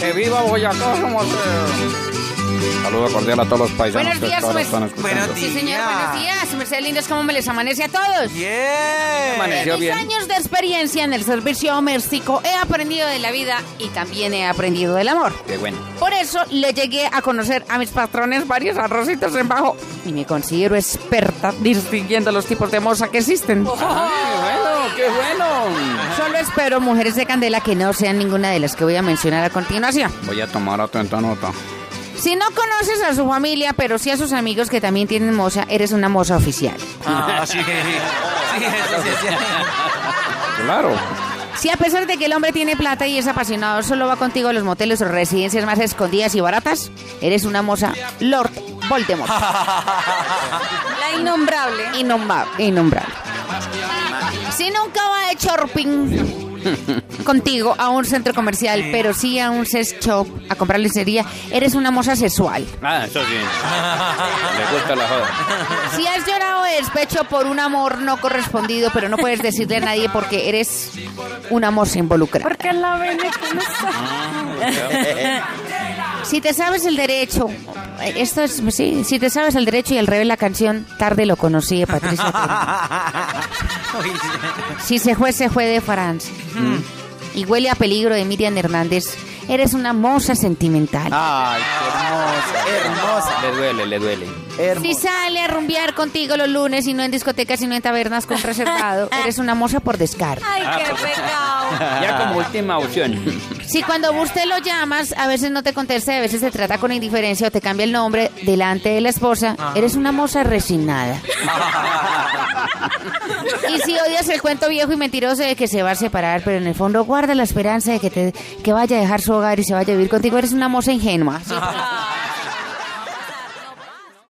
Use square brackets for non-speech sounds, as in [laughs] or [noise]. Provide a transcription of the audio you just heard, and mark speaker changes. Speaker 1: ¡Que viva Boyacá, Saludos cordial a todos los paisanos
Speaker 2: Buenos
Speaker 1: que
Speaker 2: días,
Speaker 1: ahora
Speaker 2: Mercedes.
Speaker 1: están escuchando.
Speaker 3: Buenos
Speaker 2: Sí, señor,
Speaker 3: Día.
Speaker 2: buenos días. Mercedes Lindos, ¿cómo me les amanece a todos?
Speaker 3: ¡Bien!
Speaker 1: Amaneció
Speaker 2: Mis
Speaker 1: bien.
Speaker 2: años de experiencia en el servicio homércico he aprendido de la vida y también he aprendido del amor.
Speaker 1: Qué bueno.
Speaker 2: Por eso le llegué a conocer a mis patrones varios arrocitos en bajo y me considero experta distinguiendo los tipos de moza que existen.
Speaker 1: Ay, ¡Qué bueno, qué bueno!
Speaker 2: Solo espero, mujeres de candela, que no sean ninguna de las que voy a mencionar a continuación.
Speaker 1: Voy a tomar atenta nota.
Speaker 2: Si no conoces a su familia, pero sí a sus amigos que también tienen moza, eres una moza oficial.
Speaker 3: Ah, sí. Sí, sí, sí, sí.
Speaker 1: Claro.
Speaker 2: Si a pesar de que el hombre tiene plata y es apasionado, solo va contigo a los moteles o residencias más escondidas y baratas, eres una moza Lord Voldemort.
Speaker 4: La innombrable.
Speaker 2: Innomba- innombrable. Si nunca va de shopping contigo a un centro comercial, pero sí a un sex shop a comprar lencería, eres una moza sexual.
Speaker 1: Ah, eso sí. [laughs] Le gusta la joda.
Speaker 2: Si has llorado de despecho por un amor no correspondido, pero no puedes decirle a nadie porque eres una moza involucrada.
Speaker 4: Porque la ven con
Speaker 2: Si te sabes el derecho, eh, esto es, sí, si te sabes el derecho y al revés la canción, tarde lo conocí de Patricia. Tena.
Speaker 3: Uy,
Speaker 2: si se fue, se fue de France. Y huele a peligro de Miriam Hernández. Eres una moza sentimental.
Speaker 1: Ay, qué hermosa. Hermosa. Le duele, le duele.
Speaker 2: Si sale a rumbear contigo los lunes y no en discotecas y no en tabernas con reservado, eres una moza por descaro.
Speaker 4: Ay, qué pecado.
Speaker 1: Ya [laughs] como última opción.
Speaker 2: Si cuando usted lo llamas, a veces no te contesta, y a veces te trata con indiferencia o te cambia el nombre delante de la esposa, eres una moza resignada. y si odias el cuento viejo y mentiroso de que se va a separar, pero en el fondo guarda la esperanza de que, te, que vaya a dejar su hogar y se vaya a vivir contigo, eres una moza ingenua.